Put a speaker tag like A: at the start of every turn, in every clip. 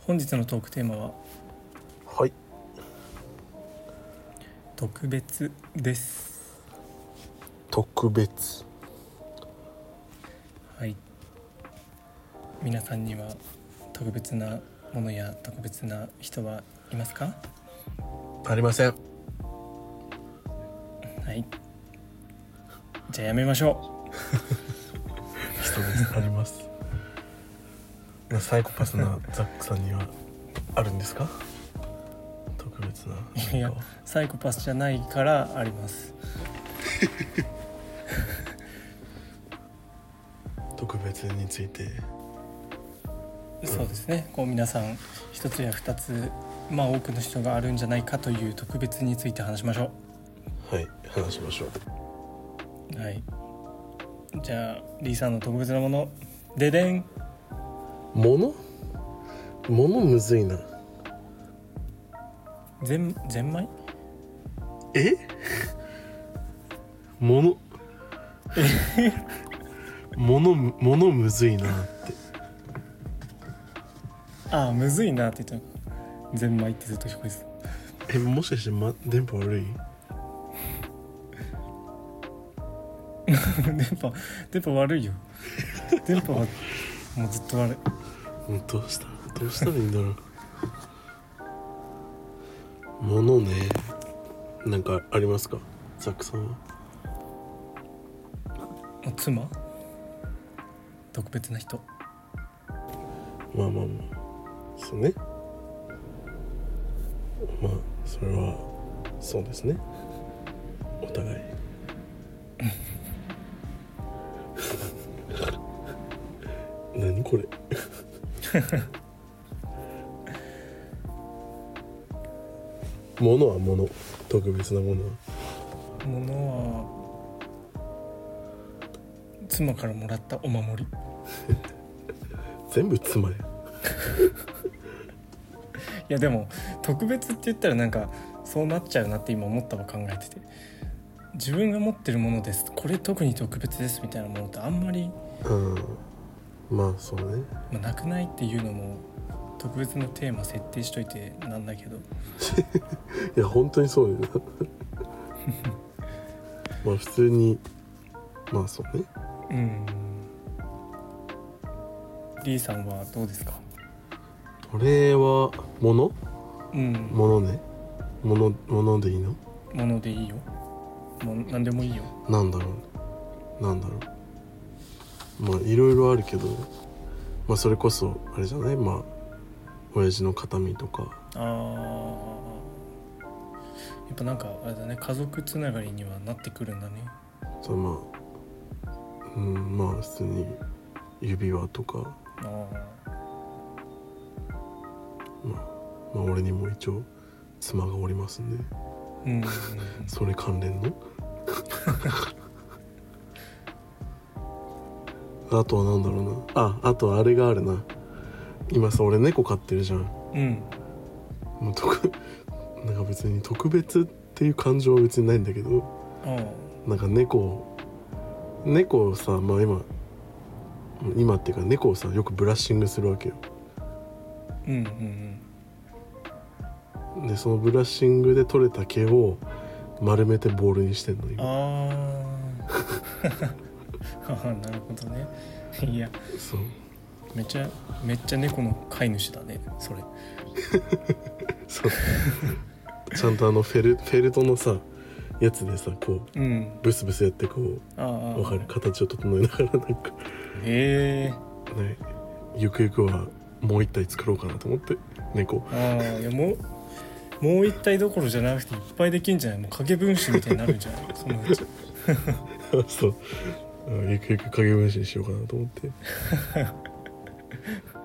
A: 本日のトークテーマは
B: はい
A: 特別です
B: 特別
A: はい皆さんには特別なものや特別な人はいますか
B: ありません
A: はいじゃあやめましょ
B: 人別ありますまあサイコパスなザックさんにはあるんですか特別な何か
A: いやうサイコパスじゃないからあります
B: 特別について
A: そうですねこう皆さん一つや二つまあ多くの人があるんじゃないかという特別について話しましょ
B: はい話しましょう
A: うはいじゃあリーさんの特別なものででん
B: 物物むずいな
A: ぜんぜんまい
B: え物物む物むずいなって
A: ああむずいなって言ったのゼンマイってずっと聞こえてた
B: えもしかして、ま、電波悪い
A: 電波電波悪いよ電波はもうずっと悪い
B: もうどうしたどうしたらいいんだろうものねなんかありますかザックさんは
A: あ妻特別な人
B: まあまあまあそうねまあそれはそうですねお互い 何これ ものはもの特別なものは
A: ものは妻からもらったお守り
B: 全部妻や
A: いやでも特別って言ったらなんかそうなっちゃうなって今思ったわ考えてて自分が持ってるものですこれ特に特別ですみたいなものってあんまり、
B: うんまあそうね
A: まあ、なくないっていうのも特別のテーマ設定しといてなんだけど
B: いや本当にそうだよなまあ普通にまあそうね
A: うんリーさんはどうですか
B: これはもの
A: うん
B: ものねものものでいいの
A: ものでいいよもう何でもいいよ
B: なんだろうなんだろうまあいろいろあるけどまあそれこそあれじゃないまあ親父の形見とか
A: あーやっぱなんかあれだね家族つながりにはなってくるんだね
B: そのまあうんまあ普通に指輪とか、
A: あ
B: まあ、俺にも一応妻がおりますんで
A: あうん
B: それ関連の あとはなんだろうなああとあれがあるな今さ俺猫飼ってるじゃん
A: うん
B: もう特なんか別に特別っていう感情は別にないんだけど
A: ああ
B: なんか猫を猫をさまあ今今っていうか猫をさよくブラッシングするわけよ
A: うんうんうん
B: でそのブラッシングで取れた毛を丸めてボールにしてんの
A: あ
B: 今
A: ーあーなるほどねいや
B: そう
A: めっちゃめっちゃ猫の飼い主だねそれ
B: そう ちゃんとあのフェルフェルトのさやつでさこう
A: うん
B: ブスブスやってこ
A: ああ
B: うわかる形を整えながらなんか
A: へえ
B: ねゆくゆくはもう一体作ろうかなと思って猫
A: ああいやもうもう一体どころじゃなくていっぱいできんじゃないもう影分身みたいになるん じゃないそのうち
B: そううんゆくゆく影分身しようかなと思って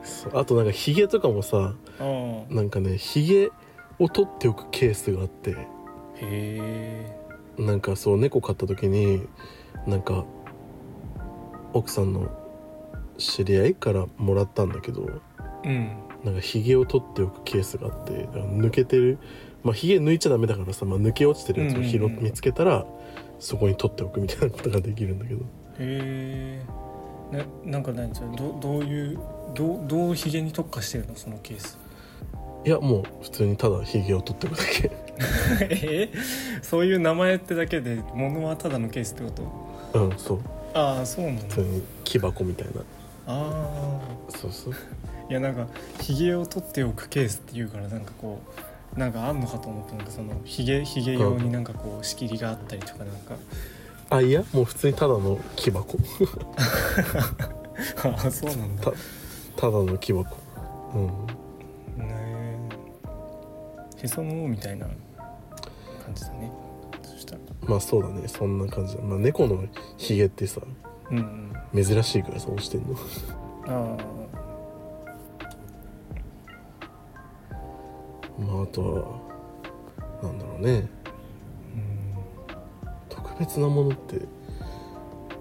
B: そうあとなんかヒゲとかもさ
A: ああ
B: なんかねヒゲを取っておくケースがあって
A: へえ
B: なんかそう猫飼った時になんか奥さんの知り合いからもらったんだけど
A: うん
B: なんかヒゲを取っておくケースがあってだから抜けてるまあヒゲ抜いちゃダメだからさ、まあ、抜け落ちてるやつを拾っ
A: うんうんうん
B: 見つけたらそこに取っておくみたいなことができるんだけど
A: へえななんか何それどどういうどうどうヒゲに特化してるのそのケース
B: いやもう普通にただヒゲを取っておくだけ
A: え そういう名前ってだけで物はただのケースってこと
B: うんそう
A: ああそうなん
B: 普
A: だ
B: 通に木箱みたいな
A: あ
B: そうそう
A: あいやなんかヒゲを取っておくケースっていうからなんかこうなんかあんのかと思ったなんかそのヒゲヒゲ用になんかこう仕切りがあったりとかなんか
B: あいやもう普通にただの木 箱
A: ああそうなんだ
B: たただの木箱うん
A: ねえへその緒みたいな感じだねそしたら
B: まあそうだねそんな感じだ、まあ、猫のヒゲってさ
A: うんうん
B: 珍しいからさ落ちてんの
A: あ
B: まああとはなんだろうね
A: あうん
B: 特別なものって、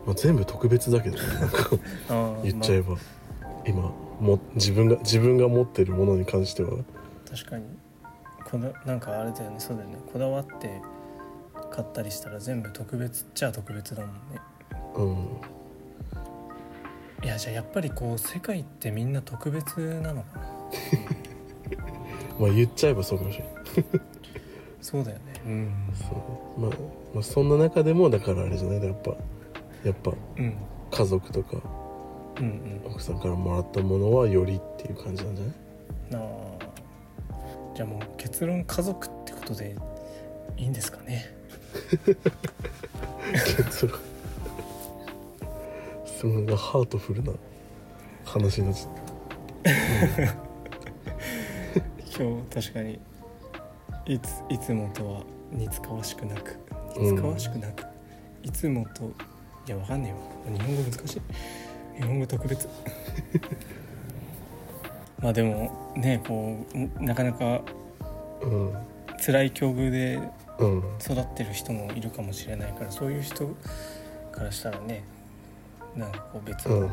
B: まあ、全部特別だけどねなんか
A: ああ
B: 言っちゃえば、今も自分が自分が持ってるものに関しては
A: まあ確かにこだなんかあれだよねそうだよねこだわって買ったりしたら全部特別っちゃ特別だもんね
B: うん
A: いやじゃあやっぱりこう世界ってみんな特別なのかな
B: まあ言っちゃえばそうかもしれない
A: そうだよねうん
B: そう、まあ、まあそんな中でもだからあれじゃないやっぱやっぱ
A: うん
B: 家族とか
A: うんうん
B: 奥さんからもらったものはよりっていう感じなんじゃない
A: なあじゃあもう結論家族ってことでいいんですかね
B: 結論すごいなんかハートフルな話になっちゃっ
A: 今日確かにいついつもとは似つかわしくなく
B: うん
A: 似つかわしくなく、いつもといやわかんねえわ日本語難しい日本語特 別まあでもねこうんなかなか
B: たうん
A: 辛い境遇で
B: うん
A: 育ってる人もいるかもしれないからそういう人からしたらねなんかこう別
B: う
A: の
B: ん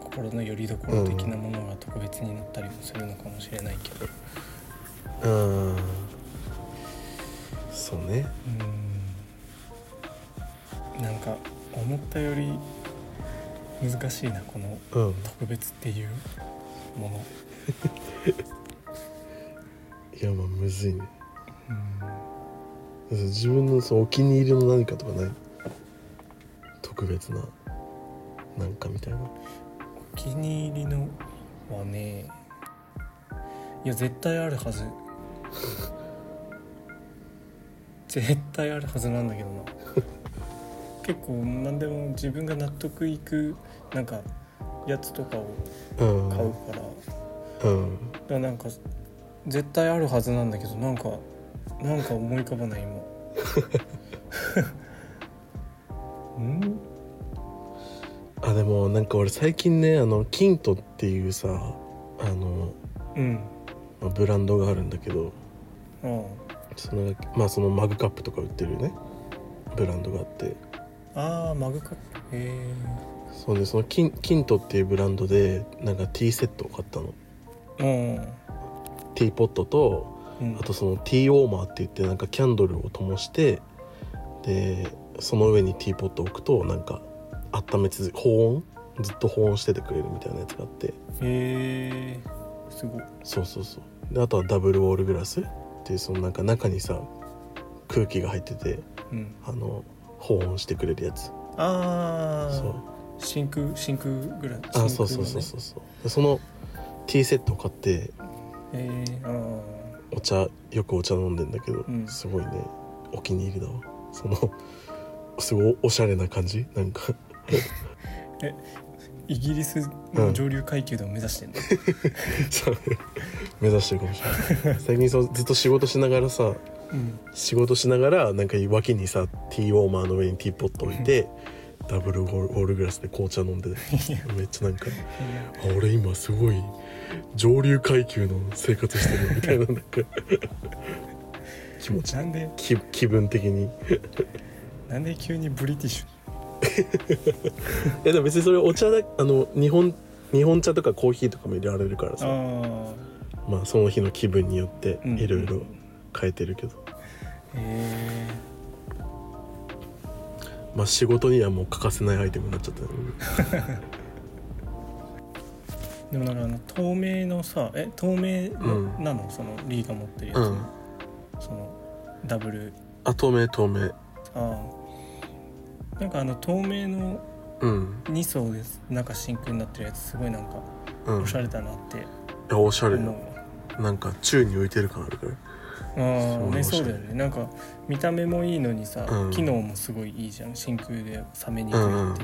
A: 心の拠り所的なものが特別になったりもするのかもしれないけど、
B: うんそうね
A: うんなんか思ったより難しいなこの
B: うん
A: 特別っていうもの、
B: いやまあむずいね
A: うん
B: 自分のそうお気に入りの何かとかない特別ななんかみたいな
A: お気に入りのはねいや絶対ある はず絶対あるはずなんだけどな結構何でも自分が納得いくなんかやつとかを
B: うん
A: 買うから、
B: うん
A: だからなんか絶対あるはずなんだけどなんかなんか思い浮かばない 今うん
B: あでもなんか俺最近ねあのキントっていうさあの、
A: うん
B: まあ、ブランドがあるんだけど
A: ああ
B: そのまあそのマグカップとか売ってるねブランドがあって
A: あーマグカップへえ
B: そうでそのキンキントっていうブランドでなんかティーセットを買ったの
A: う
B: ティーポットと
A: ん
B: あとそのティーウォーマーって言ってなんかキャンドルを灯してでその上にティーポットを置くとなんか温め続け保温ずっと保温しててくれるみたいなやつがあって
A: へえすごい
B: そうそうそうであとはダブルウォールグラスっていうそのなんか中にさ空気が入ってて
A: うん
B: あの保温してくれるやつ
A: ああ
B: そう
A: 真空真空ぐらい
B: あそうそうそうそうそうでそのティーセットを買って
A: へえあー
B: お茶よくお茶飲んでんだけど、
A: うん
B: すごいねお気に入りだわそのすごいおしゃれな感じなんか
A: イギリスの上流階級でも目指してんだ、
B: そう 目指してるかもしれない最近そうずっと仕事しながらさ
A: うん
B: 仕事しながらなんか脇にさティーウォーマーの上にティーポット置いてダブルゴールゴールグラスで紅茶飲んでめっちゃなんか「あ俺今すごい上流階級の生活してる」みたいななんか気持ち
A: なんで
B: 気気分的に
A: なんで急にブリティッシュ
B: いやでも別にそれお茶だあの日本日本茶とかコーヒーとかも入れられるからさ
A: あ
B: まあその日の気分によって
A: うん
B: いろいろ変えてるけど、
A: あへ
B: まあ仕事にはもう欠かせないアイテムになっちゃったよね
A: えでもなんかあの透明のさえ透明のなの、そのリーが持ってるやつ、
B: うん
A: そのダブル
B: あ透明透明
A: ああなんかあの透明の
B: うん
A: 2層でなんか真空になってるやつすごいなんか
B: うん
A: おしゃれだなって
B: いやおしゃれ
A: 思う
B: よ
A: わ、
B: なんか宙に浮いてる感あるから
A: ああね
B: そ
A: そううだよねなんか見た目もいいのにさ、
B: うん
A: 機能もすごいいいじゃん真空で冷めにくいっていう、なんか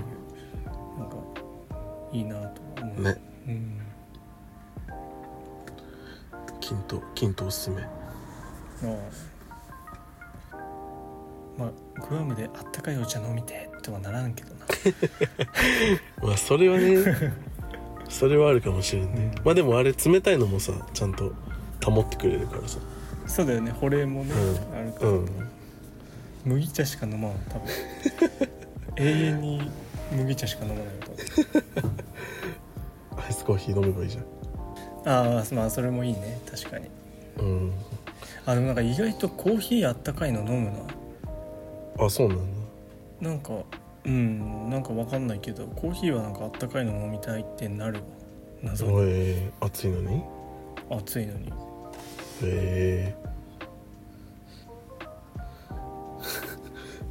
A: いいなと思う、
B: ね
A: うん、
B: 金と金とおすすめ
A: ああまあグアムであったかいお茶飲みてえとはならんけどな
B: まあそれは ねそれはあるかもしれんね、
A: うん
B: まあでもあれ冷たいのもさちゃんと保ってくれるからさ
A: そうだよね保冷もね、あるから、
B: うん
A: 麦茶しか飲まん多 分永遠に麦茶しか飲まないよ多分
B: アイスコーヒー飲めばいいじゃん
A: ああまあそれもいいね確かに
B: うん
A: あでもなんか意外とコーヒーあったかいの飲むな
B: あそうなんだ
A: なんかうんなんかわかんないけどコーヒーはなんかあったかいの飲みたいってなるわ謎
B: お
A: に
B: えー、暑いのに
A: 暑いのに
B: へえ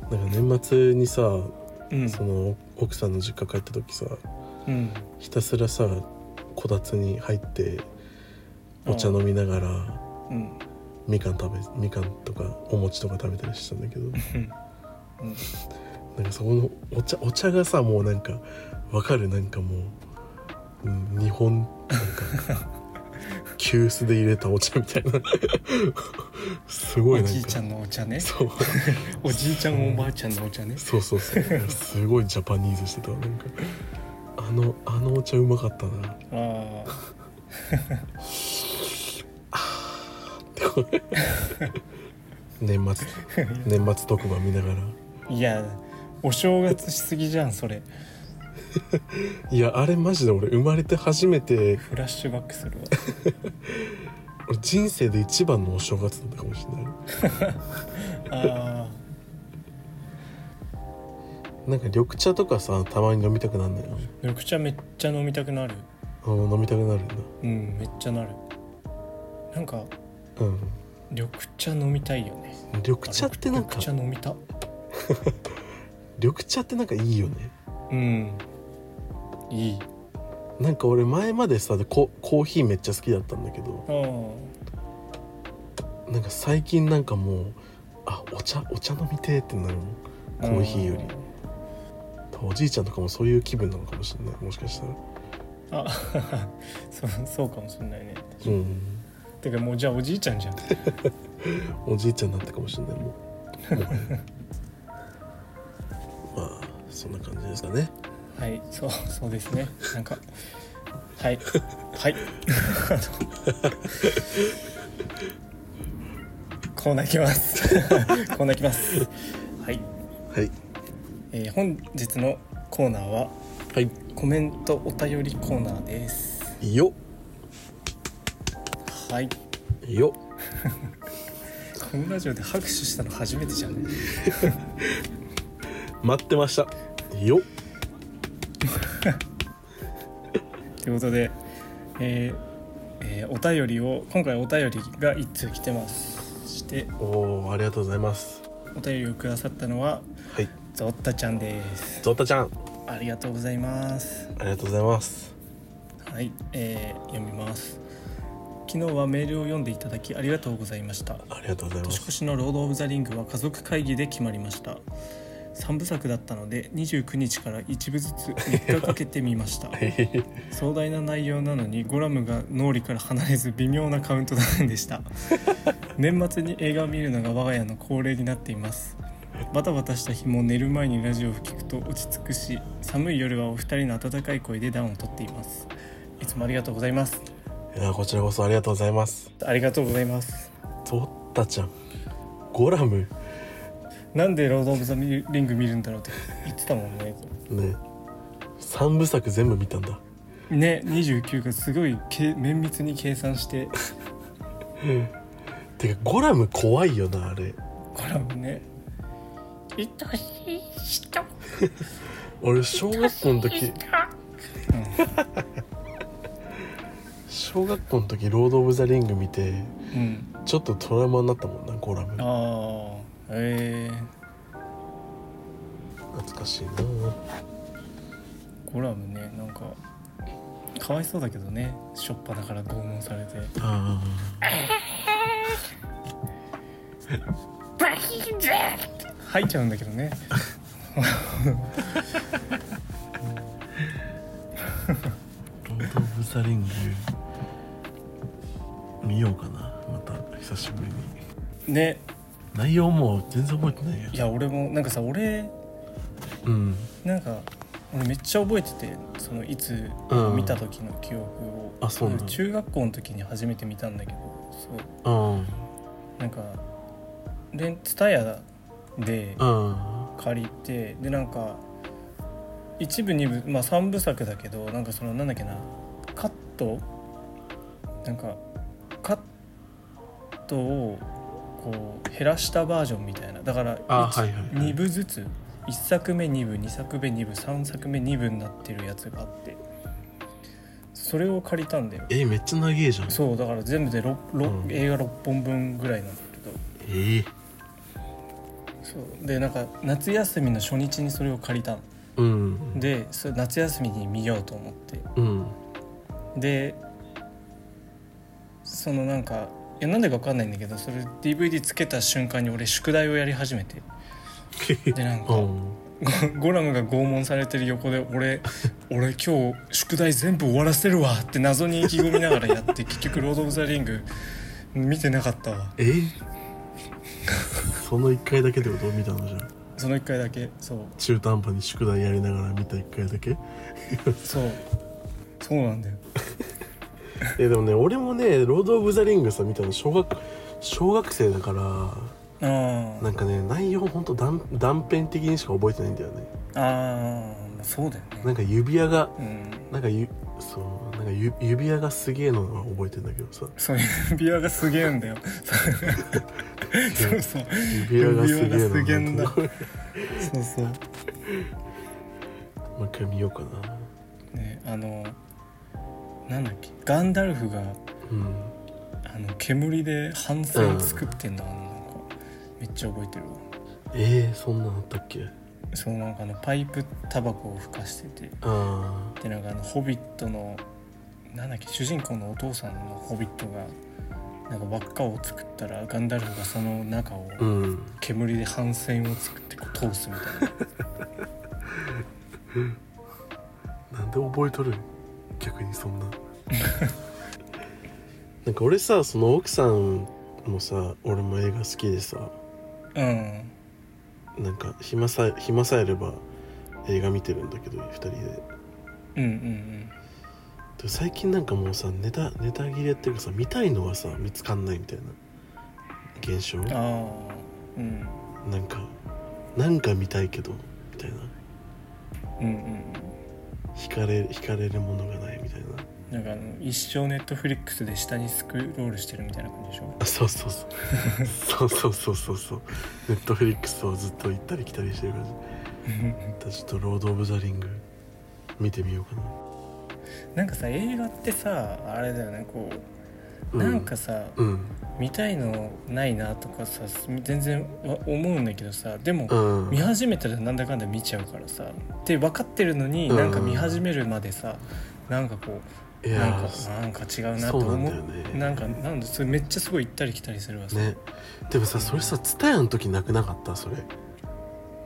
B: なんか年末にさ、
A: うん
B: その奥さんの実家帰った時さ
A: うん
B: ひたすらさこたつに入ってお茶飲みながら
A: うん
B: みかん食べみかんとかお餅とか食べたりしたんだけど
A: うん
B: なんかそこのお茶お茶がさもうなんかわかるなんかもううん日本なんか急須で入れたお茶みたいなすご
A: お
B: いなんか
A: じいちゃんのお 茶ね
B: そう
A: おじいちゃんおばあちゃんのお茶ね
B: そうそうそうすごいジャパニーズしてたわなんかあのあのお茶うまかったな
A: あ
B: ってこれ年末年末特番見ながら
A: あいやお正月しすぎじゃんそれ
B: いやあれマジで俺生まれて初めて
A: フラッシュバックするわ
B: 俺人生で一番のお正月だったかもしれない
A: あ
B: なんか緑茶とかさたまに飲みたくなんないの
A: あ緑茶めっちゃ飲みたくなる
B: あ飲みたくなるんだ
A: うんめっちゃなるなんか
B: うん
A: 緑茶飲みたいよね
B: 緑茶ってなんか
A: 緑茶飲みた
B: 緑茶ってなんかいいよね
A: うんいい
B: なんか俺前までさココーヒーめっちゃ好きだったんだけど
A: ああ
B: なんか最近なんかもうあお茶お茶飲みてーってなるもんコーヒーよりおじいちゃんとかもそういう気分なのかもしれないもしかしたら
A: あ そうそうかもしれないね
B: うん
A: てかもうじゃあおじいちゃんじゃん
B: おじいちゃんになったかもしれない もうもはやまあそんな感じですかね
A: はいそうそうですねなんかはいはい コーナーいきます コーナーいきますはい、
B: はい
A: えー本日のコーナーは
B: はい
A: コメントお便りコーナーです
B: よ
A: はい
B: よ
A: このラジオで拍手したの初めてじゃんね
B: 待ってましたよ
A: ということで、えーえーお便りを今回お便りが1通来てますそして
B: おーありがとうございます
A: お便りをくださったのは
B: はい
A: ゾッタちゃんです
B: ゾウタちゃん
A: ありがとうございます
B: ありがとうございます
A: はい、えー読みます昨日はメールを読んでいただきありがとうございました
B: ありがとうございま
A: 年越
B: す
A: しのロード・オブ・ザ・リングは家族会議で決まりました3部作だったので29日から1部ずつ3日かけてみました壮大な内容なのにゴラムが脳裏から離れず微妙なカウントダウンでした 年末に映画を見るのが我が家の恒例になっていますバタバタした日も寝る前にラジオを聞くと落ち着くし寒い夜はお二人の温かい声で暖をとっていますいつもありがとうございます
B: いやこちらこそありがとうございます
A: ありがとうございます
B: とったちゃんゴラム
A: なんで「ロード・オブ・ザ・リング」見るんだろうって言ってたもんね
B: ね3部作全部見たんだ
A: ね29がすごいけ綿密に計算して
B: てかゴラム怖いよなあれ
A: コラムね愛しい人
B: 俺小学校の時 小学校の時「ロード・オブ・ザ・リング」見て
A: うん
B: ちょっとトラウマになったもんなゴラム
A: ああえ
B: 懐かしいな
A: ー、コラムねなんかかわいそうだけどねしょっぱだから拷問されて
B: あ
A: 吐いちゃうんだけどね
B: ーロード・オブ・ザ・リング見ようかなまた久しぶりに
A: ね
B: 内容もう全然覚えてないや
A: いや俺もなんかさ俺
B: うん
A: なんか俺めっちゃ覚えててそのいつ
B: うん
A: 見た時の記憶を、
B: あそうなんだ
A: 中学校の時に初めて見たんだけどそう
B: うん
A: なんかレンツタヤで
B: うん
A: 借りてでなんか一部二部まあ三部作だけどなんかそのなんだっけなカットなんかカットをこう減らしたバージョンみたいなだから
B: あ
A: 一
B: はいはいはい
A: 二部ずつ1作目2部2作目2部3作目2部になってるやつがあってそれを借りたんだよ
B: えめっちゃ長えじゃん
A: そうだから全部でろろ
B: うん
A: 映画6本分ぐらいなんだけど
B: ええ
A: そうでなんか夏休みの初日にそれを借りたの
B: うん
A: でそれ夏休みに見ようと思って
B: うん
A: でそのなんかいやなんでか分かんないんだけどそれ DVD つけた瞬間に俺宿題をやり始めてでなんか
B: うん
A: ゴラムが拷問されてる横で俺俺今日宿題全部終わらせるわって謎に意気込みながらや って結局「ロード・オブ・ザ・リング」見てなかったわ
B: えその1回だけってこと見たのじゃん
A: その1回だけそう
B: 中途半端に宿題やりながら見た1回だけ
A: そうそうなんだよ
B: えでもね俺もね「ロード・オブ・ザ・リング」さ見たの小学小学生だから
A: あー
B: なんかね内容ほんと断断片的にしか覚えてないんだよね
A: あーそうだよ
B: な
A: ね
B: んか指輪が
A: うん
B: なんかゆそうなんかゆ指輪がすげえのは覚えてんだけどさ
A: そう指輪がすげえんだよそうそう
B: 指輪がすげえ
A: 指輪が
B: の
A: すげえんだ
B: なんか
A: そうそう
B: もう一回見ようかな
A: ねあのなんだっけガンダルフが
B: うん
A: あの煙で反戦作ってんの、あのなんかめっちゃ覚えてるわ
B: えー、そんなのあったっけ
A: そのなんかあのパイプタバコをふかしてて
B: あ
A: でなんかあのホビットのなんだっけ主人公のお父さんのホビットがなんか輪っかを作ったらガンダルフがその中を
B: あうん
A: 煙で反戦を作ってこう通すみたいな
B: なんで覚えとるん逆にそ んななんか俺さその奥さんもさ俺も映画好きでさ
A: うん
B: なんか暇さえ暇さえあれば映画見てるんだけど2人で
A: うんうん
B: で最近なんかもうさネタネタ切れっていうかさ見たいのがさ見つかんないみたいな現象
A: うんああうん
B: なんかなんか見たいけどみたいな
A: うんうん
B: 惹かれ惹かれるものがないみたいな
A: なんかあの一生ネットフリックスで下にスクロールしてるみたいな感じでしょ
B: あそうそうそう そうそうそうそうそうネットフリックスをずっと行ったり来たりしてる感じじゃあちょっと「ロード・オブ・ザ・リング」見てみようかな
A: なんかさ映画ってさあれだよねこう、
B: うん
A: なんかさ
B: うん
A: 見たいのないなとかさ全然わ思うんだけどさでも、
B: うん
A: 見始めたらなんだかんだ見ちゃうからさって分かってるのに、
B: うん
A: なんか見始めるまでさなんかこ
B: いう
A: なん
B: や
A: かなんか違うなと
B: そうな
A: 思
B: ん
A: う
B: だよね
A: なんかなんだそれめっちゃすごい行ったり来たりするわさ、
B: ねでもさそれさ「ツタヤの時なくなかったそれ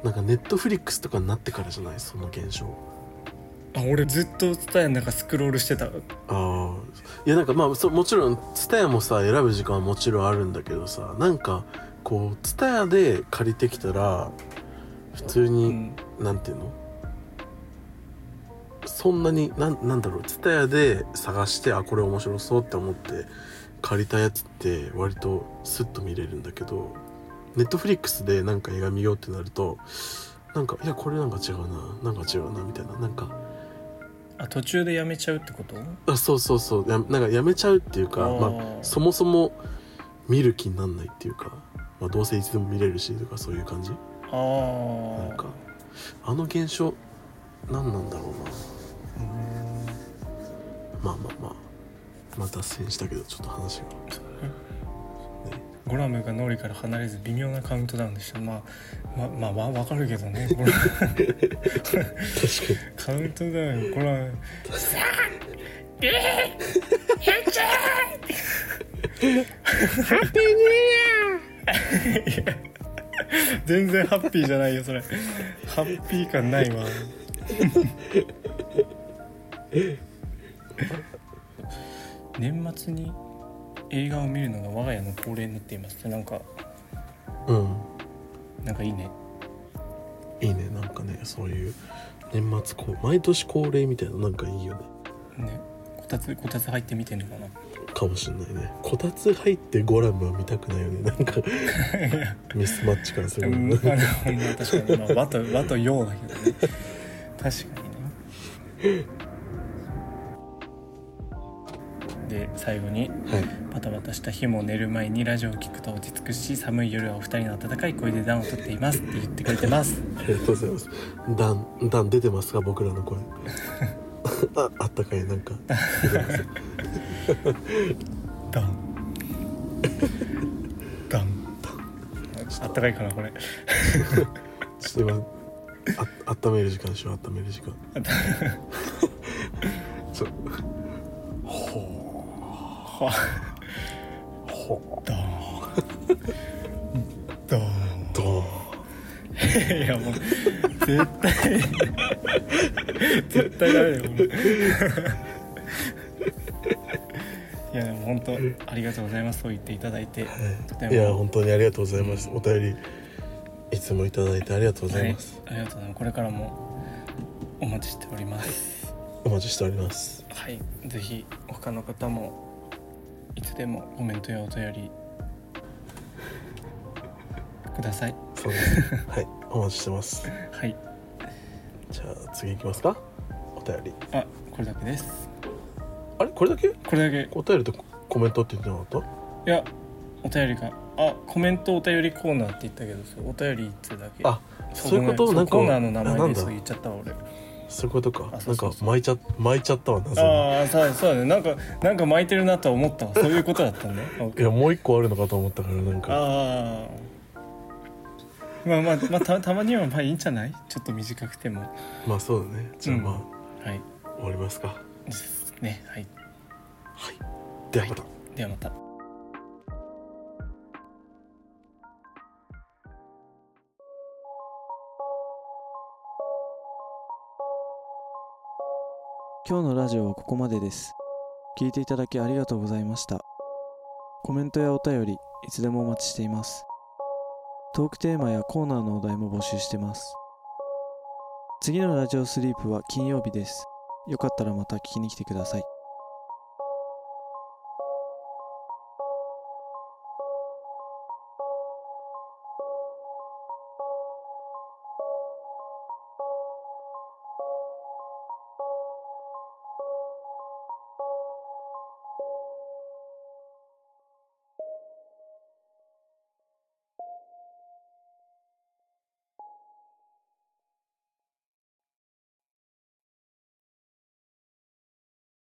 B: なんかネットフリックスとかになってからじゃないその現象
A: あ俺ずっと伝えなんかスクロールしてた
B: ああいやなんかまあそもちろん TSUTAYA もさ選ぶ時間はもちろんあるんだけどさなんかこう TSUTAYA で借りてきたら普通
A: う
B: に、
A: ん
B: なんていうのそんなになんなんだろう TSUTAYA で探してあこれ面白そうって思って借りたやつって割とスッと見れるんだけど Netflix でなんか映画見ようってなるとなんかいやこれなんか違うななんか違うなみたいななんか
A: あ途中でやめちゃうってこと
B: あそうそうそうやなんかやめちゃうっていうか
A: あー
B: まあ、そもそも見る気になんないっていうか、まあ、どうせいつでも見れるしとかそういう感じ
A: あー
B: なんかあの現象何なんだろうなまあまあまあまあ脱線したけどちょっと話が
A: ゴラムが脳裏から離れず微妙なカウントダウンでしたまあままあわわかるけどねゴラ
B: 確か
A: カウントダウンゴラム全然ハッピーじゃないよそれハッピー感ないわ年末に映画を見るのが我が家の恒例になっていますってなんか
B: にうん
A: なんかいいね
B: いいねなんかねそういう年末こう毎年恒例みたいななんかいいよね
A: ねこたつこたつ入って見てんのかな
B: かもしんないねこたつ入ってゴラムは見たくないよねなんかミスマッチからす
A: う
B: る
A: ん、
B: の
A: あの確かに、まあ、和と和と洋だけどね確かにねで最後に
B: はい
A: バタバタした日も寝る前にラジオを聞くと落ち着くし寒い夜はお二人の温かい声で暖をとっていますって言ってくれてます
B: ありがとうございます。ダン、ダン出てますか、僕らの声。あ、あったかい、なんか。
A: ダンダンあったかいかなこれ
B: ちょっと今。あ、温める時間しよう、温める時間。そう。ほ
A: ダンダン
B: う。どう。
A: いやもう絶対絶対ダメだよもういやでも本当ありがとうございますそう言っていただいてとて
B: いや、
A: も
B: 本当にありがとうございます。お便り。いつもいただいてありがとうご
A: は
B: ざい
A: い
B: ます。
A: ありがとうございますこれからもお待ちしております
B: お待ちしております。
A: はいぜひ他の方もいつでもコメントやお便りください
B: そうです。 はい、お待ちしてます。
A: はい
B: じゃあ、次行きますか。お便り。
A: あこれだけです
B: あれ、これだけ。
A: これだけ
B: お便りとココメントって言ってなかった。
A: いやお便りがあコメントお便りコーナーって言ったけどそうお便り一通だけ
B: あ、そういうこと、
A: ごめん
B: なんか。
A: コーナーの名
B: あ
A: 前
B: なん
A: で
B: だ
A: そう言っちゃったわ俺
B: そういうことか
A: あ。そ
B: な
A: うんそう
B: か
A: そう
B: 巻いちゃ巻いちゃったわなぜに。
A: ああそうそうだねなんかなんか巻いてるなとは思ったわそういうことだったん だよ
B: いやもう一個あるのかと思ったからなんか。
A: ああまあまあ、まあ、たたまにはまあいいんじゃないちょっと短くてもは
B: まあそうだね。じゃあ
A: うん
B: まあ、
A: い
B: 終わりますか。
A: ですねはい
B: はい。ではまた。
A: ではまた
C: 今日のラジオはここまでです聞いていただきありがとうございましたコメントやお便りいつでもお待ちしていますトークテーマやコーナーのお題も募集してます次のラジオスリープは金曜日ですよかったらまた聞きに来てください